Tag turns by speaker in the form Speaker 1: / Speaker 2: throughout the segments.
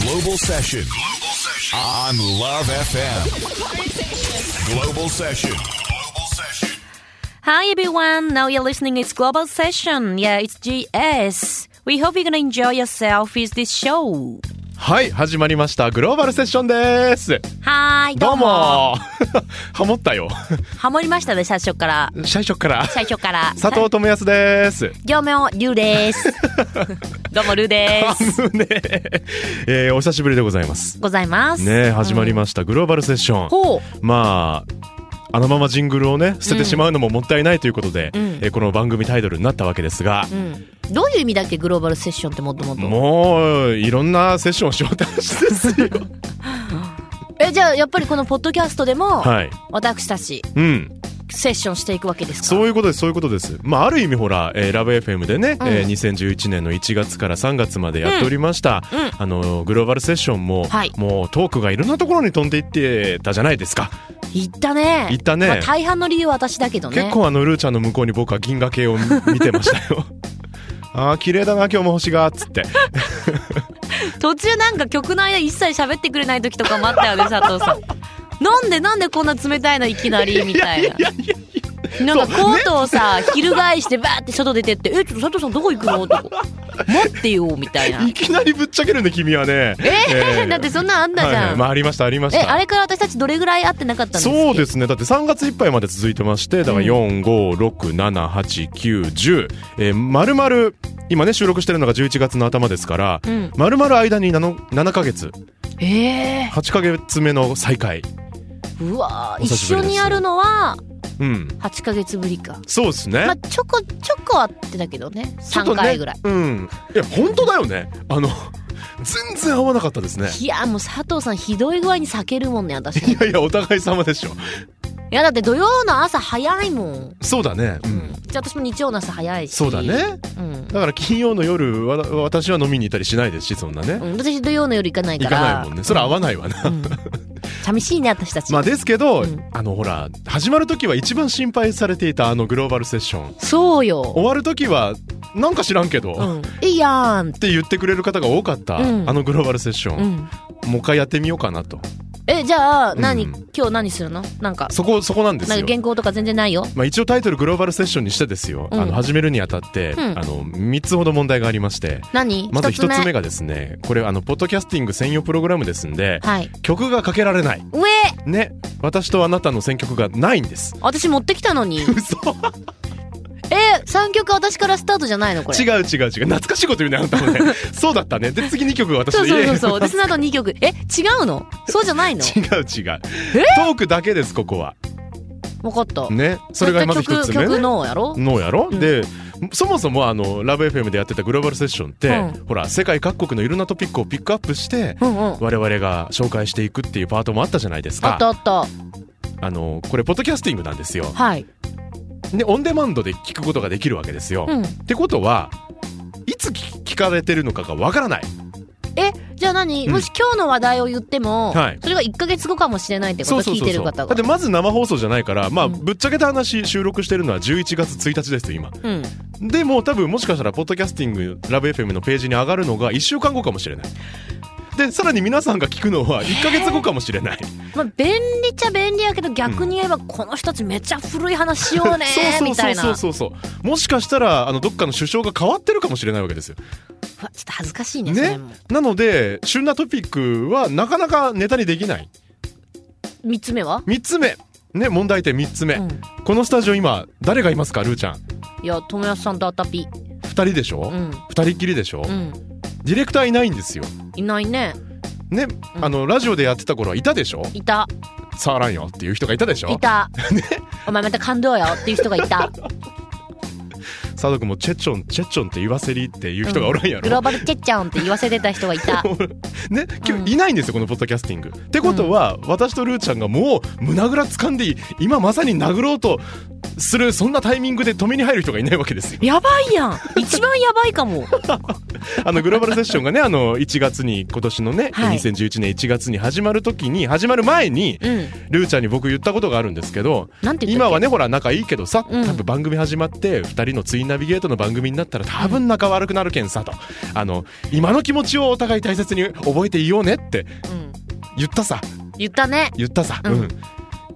Speaker 1: Global Session. Global Session. On Love FM. Global Session. Global Session.
Speaker 2: Hi everyone, now you're listening. It's Global Session. Yeah, it's GS. We hope you're gonna enjoy yourself with this show.
Speaker 3: はい始まりましたグローバルセッションです
Speaker 2: はーい、
Speaker 3: ど
Speaker 2: ど
Speaker 3: う
Speaker 2: うも。
Speaker 3: も ハモったよ
Speaker 2: ハモりましたね、最初から。
Speaker 3: 最初から
Speaker 2: 最初から。
Speaker 3: 佐
Speaker 2: は
Speaker 3: 藤
Speaker 2: い。
Speaker 3: 智康です
Speaker 2: 業務をリュウ です。どうも、リュウです。
Speaker 3: あぶねええーお久しぶりでございます
Speaker 2: ございます。
Speaker 3: ねえ始まりましたグローバルセッション
Speaker 2: ほう。
Speaker 3: まああのままジングルをね捨ててしまうのももったいないということで、
Speaker 2: うん
Speaker 3: えーこの番組タイトルになったわけですが
Speaker 2: う、ん。どういう意味だっけ、グローバルセッションってもともと。
Speaker 3: もういろんなセッションをしようって話です よ
Speaker 2: え、じゃあ、やっぱりこのポッドキャストでも、
Speaker 3: はい
Speaker 2: 私たち、
Speaker 3: うん
Speaker 2: セッションしていくわけですか
Speaker 3: そういうことです、そういうことです。まあ、ある意味ほら、えーラブ FM でね、
Speaker 2: うん
Speaker 3: えー2011年の1月から3月までやっておりました、
Speaker 2: うんうん
Speaker 3: あのー、グローバルセッションも、
Speaker 2: はい
Speaker 3: もうトークがいろんなところに飛んでいってたじゃないですか。
Speaker 2: 言ったね。
Speaker 3: 行ったね
Speaker 2: まあ大半の理由は私だけどね。
Speaker 3: 結構あの、ルーちゃんの向こうに僕は銀河系を見見てました よ。あー綺麗だな今日も星がっつって
Speaker 2: 途中なんか曲の間一切喋ってくれない時とかもあったよね佐藤さんなんでなんでこんな冷たいのいきなりみたいな。なんかコートをさ、翻してバーって外出てって「えちょっと佐藤さんどこ行くの?」とか「待ってよ」みたいな。
Speaker 3: いきなりぶっちゃけるね君はねえ
Speaker 2: えだってそん なんあんだじゃん。
Speaker 3: はいまあありましたありまし
Speaker 2: え
Speaker 3: た
Speaker 2: あれから私たちどれぐらい会ってなかったんですか
Speaker 3: そうですねだって3月いっぱいまで続いてましてだから45678910、えー、丸々今ね収録してるのが11月の頭ですから、
Speaker 2: うん
Speaker 3: 丸々間に 7, 7ヶ月
Speaker 2: ええ
Speaker 3: 8ヶ月目の再会
Speaker 2: うわー
Speaker 3: お久
Speaker 2: 一
Speaker 3: しぶ
Speaker 2: 緒
Speaker 3: りです
Speaker 2: にやるのは
Speaker 3: うん
Speaker 2: 8ヶ月ぶりか。
Speaker 3: そうですね、
Speaker 2: まあちょこちょこ会ってたけどね
Speaker 3: ちょっと
Speaker 2: 3
Speaker 3: ね
Speaker 2: 回ぐらい。
Speaker 3: うんいや本当だよねあの全然合わなかったですね
Speaker 2: いやもう佐藤さんひどい具合に避けるもんね私。
Speaker 3: いやいやお互い様でしょ
Speaker 2: いやだって土曜の朝早いもん、
Speaker 3: そうだね、う
Speaker 2: うんん、じゃあ私も日曜の朝早いし
Speaker 3: そうだね
Speaker 2: うん、
Speaker 3: だから金曜の夜わ私は飲みに行ったりしないですしそんなね、
Speaker 2: うん、私土曜の夜行かない
Speaker 3: 行
Speaker 2: か
Speaker 3: からないもんねそれ合わないわな、
Speaker 2: うん寂しいね私たち、
Speaker 3: まあですけど、
Speaker 2: うん
Speaker 3: あのほら始まる時は一番心配されていたあのグローバルセッション
Speaker 2: そうよ、
Speaker 3: 終わる時はなんか知らんけど、
Speaker 2: う
Speaker 3: っ
Speaker 2: ん、いいやん、
Speaker 3: て言ってくれる方が多かった、
Speaker 2: うん
Speaker 3: あのグローバルセッショ
Speaker 2: う
Speaker 3: ン、
Speaker 2: ん、
Speaker 3: もう一回やってみようかなと
Speaker 2: えじゃあ何、
Speaker 3: うん
Speaker 2: 今日何するのなんか
Speaker 3: そこそこなんです
Speaker 2: なん
Speaker 3: よ
Speaker 2: か原稿とか全然ないよ
Speaker 3: まあ、一応タイトルグローバルセッションにしてですよ、
Speaker 2: うん
Speaker 3: あの始めるにあたって、
Speaker 2: うん
Speaker 3: あの3つほど問題がありまして
Speaker 2: 何
Speaker 3: まず
Speaker 2: 一つ
Speaker 3: 1
Speaker 2: 目
Speaker 3: つ目がですねこれあのポッドキャスティング専用プログラムですんで
Speaker 2: はい
Speaker 3: 曲がかけられない
Speaker 2: 上
Speaker 3: ね私とあなたの選曲がないんです
Speaker 2: 私持ってきたの に
Speaker 3: 嘘
Speaker 2: え三曲私からスタートじゃないのこれ
Speaker 3: 違う違う違う懐かしいこと言うねあんたもね そうだったねで次2曲が私
Speaker 2: そう
Speaker 3: の
Speaker 2: そう
Speaker 3: 家
Speaker 2: そうそう私の後2曲え違うのそうじゃ ないの
Speaker 3: 違う違うトークだけですここは
Speaker 2: 分かった、
Speaker 3: ねそれがまず1つ
Speaker 2: 曲
Speaker 3: 目
Speaker 2: 曲
Speaker 3: ね
Speaker 2: のやろ
Speaker 3: のやろ、
Speaker 2: うん
Speaker 3: でそもそもあのラブ f m でやってたグローバルセッションって、
Speaker 2: う
Speaker 3: ほら世界各国のいろんなトピックをピックアップして
Speaker 2: うんうん
Speaker 3: 我々が紹介していくっていうパートもあったじゃないです
Speaker 2: あ
Speaker 3: か
Speaker 2: ったあった
Speaker 3: あのこれポッドキャスティングなんですよ
Speaker 2: はい
Speaker 3: でオンデマンドで聞くことができるわけですよ、
Speaker 2: うん
Speaker 3: ってことはいつ聞聞かれてるのかがわからない
Speaker 2: えじゃあ何、
Speaker 3: うん
Speaker 2: もし今日の話題を言っても、
Speaker 3: はい
Speaker 2: それが1か月後かもしれないってこと聞いてる
Speaker 3: だ
Speaker 2: 方
Speaker 3: っ
Speaker 2: が
Speaker 3: てまず生放送じゃないから、まあ、
Speaker 2: うん
Speaker 3: ぶっちゃけた話収録してるのは11月1日ですよ今
Speaker 2: うん、
Speaker 3: でもう多分もしかしたらポッドキャスティングラブ f m のページに上がるのが1週間後かもしれないでさらに皆さんが聞くのは1ヶ月後かもしれない、
Speaker 2: まあ、便利っちゃ便利やけど逆に言えば、この人たちめっちゃ古い話しようね
Speaker 3: そうそ
Speaker 2: み
Speaker 3: うそ
Speaker 2: た
Speaker 3: う
Speaker 2: いな
Speaker 3: そうそうそうもしかしたらあのどっかの首相が変わってるかもしれないわけですよ
Speaker 2: うわちょっと恥ずかしいねそれ
Speaker 3: ね
Speaker 2: も
Speaker 3: なので旬なトピックはなかなかネタにできない
Speaker 2: 3つ目は、
Speaker 3: 3つ目ね問題点3つ目、
Speaker 2: うん、
Speaker 3: このスタジオ今誰がいますかルーちゃん
Speaker 2: いや友康さんとあたぴ
Speaker 3: 2人でしょ、
Speaker 2: う
Speaker 3: うん2人っきりでしょ、
Speaker 2: うん
Speaker 3: ディレクターいないんですよ
Speaker 2: いないね
Speaker 3: ね、
Speaker 2: うん
Speaker 3: あのラジオでやってた頃はいたでしょ
Speaker 2: いた
Speaker 3: 触らんよっていう人がいたでしょ
Speaker 2: いた、お前また感動よっていう人がい た
Speaker 3: 佐藤君もチェッチョンチェッチョンって言わせりっていう人がおらんや
Speaker 2: グロ
Speaker 3: ろ、
Speaker 2: ーバルチェッチャンって言わせてた人がいた
Speaker 3: ね今
Speaker 2: うん
Speaker 3: 日いないんですよこのポッドキャスティングってことは、私とルーちゃんがもう胸ぐら掴んで今まさに殴ろうとするそんなタイミングで止めに入る人がいないわけですよ
Speaker 2: やばいやん一番やばいかも
Speaker 3: あのグローバルセッションがねあの1月に今年のね、
Speaker 2: はい
Speaker 3: 2011年1月に始まる時に始まる前に
Speaker 2: うん
Speaker 3: ルーちゃんに僕言ったことがあるんですけど
Speaker 2: なんて言ったっけ
Speaker 3: 今はねほら仲いいけどさ、
Speaker 2: うん
Speaker 3: 多分番組始まって2人のツインナビゲートの番組になったら多分仲悪くなるけんさと、あの今の気持ちをお互い大切に覚えていようねって
Speaker 2: うん、
Speaker 3: 言ったさ
Speaker 2: 言ったね
Speaker 3: 言ったさ、
Speaker 2: うん
Speaker 3: うん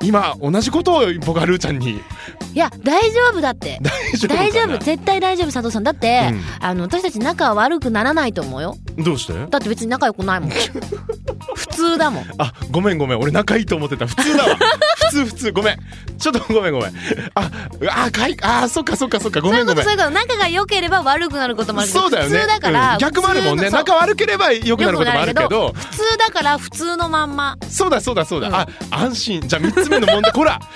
Speaker 3: 今同じことを僕はルーちゃんに
Speaker 2: いや大丈夫だって
Speaker 3: 大丈夫かな
Speaker 2: 大丈夫絶対大丈夫佐藤さんだって、あの私たち仲悪くならないと思うよ
Speaker 3: うん、どうして
Speaker 2: だって別に仲良くないもん普通だもん
Speaker 3: あごめんごめん俺仲いいと思ってた普通だわ 普通普通ごめんちょっとごめんごめんああかいあそっかそっかそっかご
Speaker 2: そう
Speaker 3: め
Speaker 2: いうんこ
Speaker 3: ご
Speaker 2: と
Speaker 3: めん
Speaker 2: そういうこと仲が良ければ悪くなることもあるけど
Speaker 3: そうだよね
Speaker 2: 普通だから、
Speaker 3: うん逆もあるもんね
Speaker 2: 普通のそう
Speaker 3: 仲悪ければ良くなることもあるけ
Speaker 2: 良くな
Speaker 3: ど
Speaker 2: 普通だから普通のまんま
Speaker 3: そうだそうだそうだ、
Speaker 2: うん
Speaker 3: あ安心じゃあ3つ目の問題こら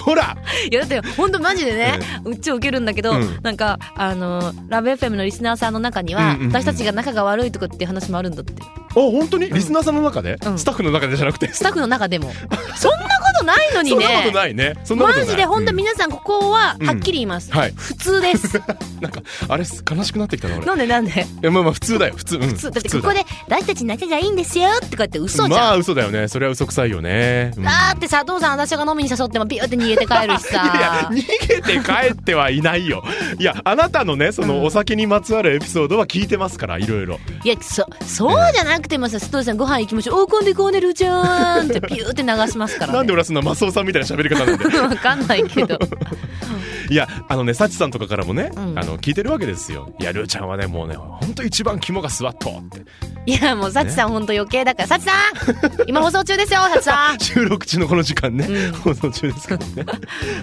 Speaker 3: こら
Speaker 2: いやだってほんとマジでね、うっちを受けるんだけど、
Speaker 3: うん
Speaker 2: なんかあのラブ FM のリスナーさんの中には、
Speaker 3: うんうんうん
Speaker 2: 私たちが仲が悪いとかっていう話もあるんだって
Speaker 3: あ本当にリスナーさんの中で、
Speaker 2: うん
Speaker 3: スタッフの中でじゃ なくて
Speaker 2: スタッフの中でもそんなことないのに
Speaker 3: そん
Speaker 2: ね
Speaker 3: なことないねそんなことない
Speaker 2: マジでほんと
Speaker 3: うん
Speaker 2: 皆さんここは
Speaker 3: うん
Speaker 2: はっきり言います、
Speaker 3: はい
Speaker 2: 普通です
Speaker 3: なんかあれ悲しくなってきたな俺い
Speaker 2: なんでなんで
Speaker 3: やまあまあ普通だよ普通、うん、普
Speaker 2: 普通だってここで私たち仲がいいんですよってこうやって嘘じゃん、
Speaker 3: まあ嘘だよねそれは嘘くさいよね、うん
Speaker 2: だって佐藤さん私が飲みに誘ってもビューって逃げて帰るしさ
Speaker 3: いや逃げて帰ってはいないよいやあなたのねそのお酒にまつわるエピソードは聞いてますからいろいろ
Speaker 2: いやそそうじゃなくてもさ佐藤さんご飯行きましょう「おーんでこうねるちゃーん」ってビューって流しますから、ね、
Speaker 3: なんで俺はそんなマスオさんみたいな喋り方なん で
Speaker 2: わかんないけ ど
Speaker 3: いやあのねサチさんとかからもね、
Speaker 2: うん
Speaker 3: あの聞いてるわけですよいやルーちゃんはねもうねほんと一番肝がすわっとって
Speaker 2: いやもう幸さんほんと余計だから幸さん今放送中ですよ幸さん
Speaker 3: 収録中のこの時間ね、
Speaker 2: うん
Speaker 3: 放送中ですけどね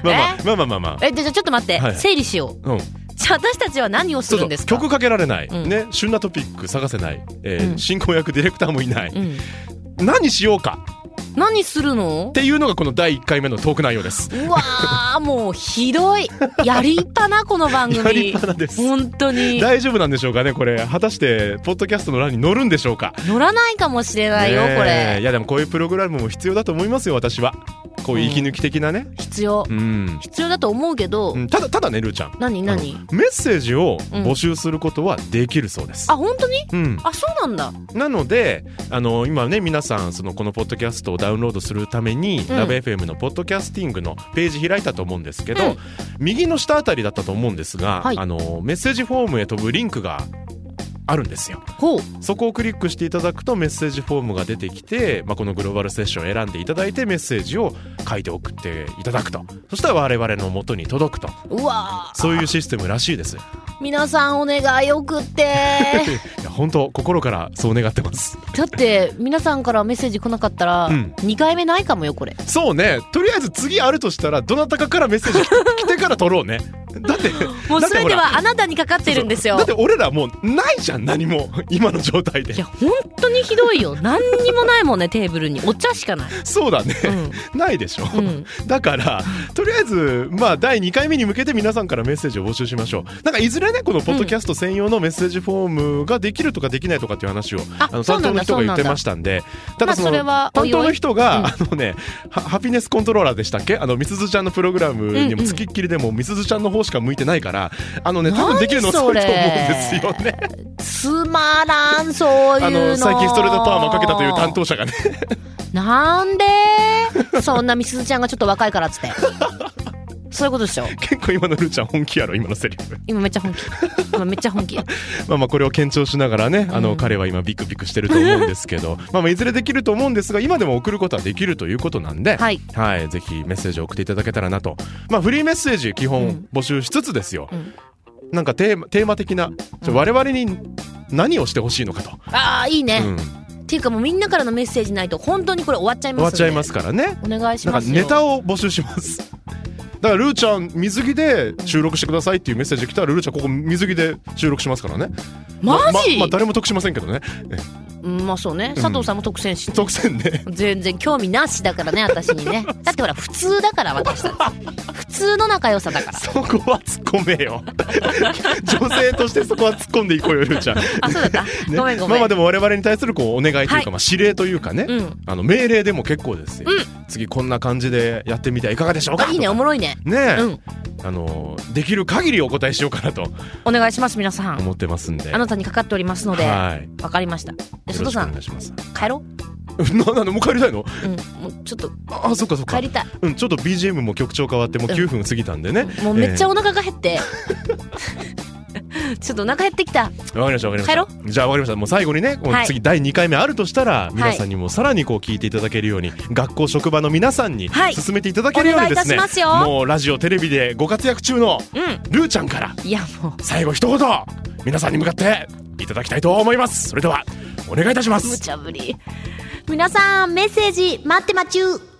Speaker 3: ま あまあまあまあまあまあ
Speaker 2: えじゃあちょっと待って、
Speaker 3: はい
Speaker 2: 整理しよう
Speaker 3: うん、
Speaker 2: じゃあ私たちは何をす
Speaker 3: そう
Speaker 2: る
Speaker 3: そ
Speaker 2: ん
Speaker 3: う
Speaker 2: ですか
Speaker 3: 曲かけられない、
Speaker 2: うん
Speaker 3: ね旬なトピック探せない、えー
Speaker 2: うん
Speaker 3: 進行役ディレクターもいない、
Speaker 2: うん、
Speaker 3: 何しようか
Speaker 2: 何するの
Speaker 3: っていうのがこの第1回目のトーク内容です
Speaker 2: うわーもうひどいやりっぱなこの番
Speaker 3: や
Speaker 2: 組
Speaker 3: りっぱなです
Speaker 2: 本当に
Speaker 3: 大丈夫なんでしょうかねこれ果たしてポッドキャストの欄に乗るんでしょうか
Speaker 2: 乗らないかもしれないよ
Speaker 3: ねえ
Speaker 2: これ
Speaker 3: いやでもこういうプログラムも必要だと思いますよ私はこういう息抜き的なね
Speaker 2: 必要
Speaker 3: うん、
Speaker 2: 必要だと思うけど、
Speaker 3: うんただただねるーちゃん
Speaker 2: 何何
Speaker 3: あのメッセージを募集することはできるそうです、
Speaker 2: あ本当に
Speaker 3: うん、
Speaker 2: あそうなんだ
Speaker 3: なのであの今ね皆さんそのこのポッドキャストをダウンロードするために、
Speaker 2: うん
Speaker 3: ラブ f m のポッドキャスティングのページ開いたと思うんですけど、
Speaker 2: うん
Speaker 3: 右の下あたりだったと思うんですが、
Speaker 2: はい
Speaker 3: あのメッセージフォームへ飛ぶリンクがあるんですよ
Speaker 2: ほう
Speaker 3: そこをクリックしていただくとメッセージフォームが出てきて、まあ、このグローバルセッションを選んでいただいてメッセージを書いて送っていただくとそしたら我々の元に届くと
Speaker 2: うわー
Speaker 3: そういうシステムらしいですい
Speaker 2: 皆さんお願い送って
Speaker 3: や本当心からそう願ってます
Speaker 2: だって皆さんからメッセージ来なかったら、
Speaker 3: うん
Speaker 2: 2回目ないかもよこれ
Speaker 3: そうねとりあえず次あるとしたらどなたかからメッセージ来 来てから取ろうねだって
Speaker 2: もう
Speaker 3: だって
Speaker 2: 全
Speaker 3: ほ
Speaker 2: て
Speaker 3: ら
Speaker 2: はあなたにかかってるんですよ
Speaker 3: だって俺らもうないじゃん何も今の状態で
Speaker 2: いや本当にひどいよ何にもないもんねテーブルにお茶し かない
Speaker 3: そうだね、 ないでしょ、
Speaker 2: うん
Speaker 3: だからとりあえずまあ第2回目に向けて皆さんからメッセージを募集しましょうなんかいずれねこのポッドキャスト専用のメッセージフォームができるとかできないとかっていう話を、
Speaker 2: あ
Speaker 3: あの
Speaker 2: そう
Speaker 3: 担
Speaker 2: な
Speaker 3: 当
Speaker 2: ん
Speaker 3: の
Speaker 2: だ
Speaker 3: 人が言ってましたんでただその
Speaker 2: まあそれは
Speaker 3: 担
Speaker 2: おいおい
Speaker 3: 当の人が、
Speaker 2: うん
Speaker 3: あのねハハピネスコントローラーでしたっけあのみすずちゃんのプログラムに
Speaker 2: うんう
Speaker 3: も
Speaker 2: ん
Speaker 3: つきっきりでもみすずちゃんの方しか向いてないからあのね多分できるの遅いと思うんですよね。
Speaker 2: つまらんそういうの
Speaker 3: あの最近ストレートパーマかけたという担当者がね
Speaker 2: なんでそんなみすずちゃんがちょっと若いからっつって そういうことでしょ
Speaker 3: 結構今のルーちゃん本気やろ今のセリフ
Speaker 2: 今めっちゃ本気今めっちゃ本気や
Speaker 3: まあまあこれを検証しながらね、あ
Speaker 2: う
Speaker 3: の
Speaker 2: ん
Speaker 3: 彼は今ビクビクしてると思うんですけど、 まあまあいずれできると思うんですが、今でも送ることはできるということなんで、
Speaker 2: はい
Speaker 3: ぜひメッセージを送っていただけたらなと。まあフリーメッセージ基
Speaker 2: うん
Speaker 3: 本募集しつつですよ。
Speaker 2: うん
Speaker 3: なんかテーマテーマ的な、ちょ我々に何をしてほしいのかと、
Speaker 2: ああいいね、
Speaker 3: うん
Speaker 2: っていうかもうみんなからのメッセージないと本当にこれ終わっちゃいます
Speaker 3: 終わっちゃいます
Speaker 2: か
Speaker 3: からね。
Speaker 2: お願いし
Speaker 3: なんか
Speaker 2: ますよ
Speaker 3: ネタを募集します。 だからルーちゃん水着で収録してくださいっていうメッセージ来たらルーちゃんここ水着で収録しますからね。
Speaker 2: マジ、
Speaker 3: ままあ誰も得しませんけどね。え
Speaker 2: うんまあそうね
Speaker 3: うん
Speaker 2: 佐藤さんも特選し、
Speaker 3: 得せんね。
Speaker 2: 全然興味なしだからね私に ねだってほら普通だから私たち普通の仲良さだから
Speaker 3: そこは突っ込めよ 女性としてそこは突っ込んでいこうよルーちゃ ん、ね、
Speaker 2: あそうだった、ごめんごめん、
Speaker 3: まあまあでも我々に対するこうお願いというか、
Speaker 2: はい
Speaker 3: まあ指令というかね、
Speaker 2: うん
Speaker 3: あの命令でも結構ですよ、
Speaker 2: うん
Speaker 3: 次こんな感じでやってみてはいかがでしょうか
Speaker 2: あいいねお
Speaker 3: とか
Speaker 2: もろいね
Speaker 3: ねえ、
Speaker 2: うん
Speaker 3: あのできる限りお答えしようかなと
Speaker 2: お願いします皆さん
Speaker 3: 思ってますんで
Speaker 2: あなたにかかっておりますのでわ
Speaker 3: はい
Speaker 2: かりましたで
Speaker 3: よ
Speaker 2: 佐
Speaker 3: ろ
Speaker 2: 藤
Speaker 3: しく
Speaker 2: さ
Speaker 3: お願
Speaker 2: ん
Speaker 3: いします
Speaker 2: 帰ろ
Speaker 3: な なのもう帰りたいの
Speaker 2: う、うん、もうちょっと
Speaker 3: ああそっかそっか
Speaker 2: 帰りたい
Speaker 3: うんちょっと BGM も曲調変わってもう9分過ぎたんでね、
Speaker 2: もうめっちゃ
Speaker 3: え
Speaker 2: お腹が減って、 ちょっとお腹減ってきた
Speaker 3: わかりましたわかりました
Speaker 2: 帰ろ
Speaker 3: じゃあわかりましたもう最後にねこの
Speaker 2: はい
Speaker 3: 次第2回目あるとしたら、皆さんにもさらにこう聞いていただけるように学校職場の皆さんに
Speaker 2: はい
Speaker 3: 進めていただけるようにですね、
Speaker 2: お願いいたしますよ
Speaker 3: もうラジオテレビでご活躍中の
Speaker 2: う
Speaker 3: ルーちゃんから
Speaker 2: んいやもう
Speaker 3: 最後一言皆さんに向かっていただきたいと思いますそれではお願いいたしま
Speaker 2: 無
Speaker 3: す
Speaker 2: 茶ぶり皆さんメッセージ待ってまちゅー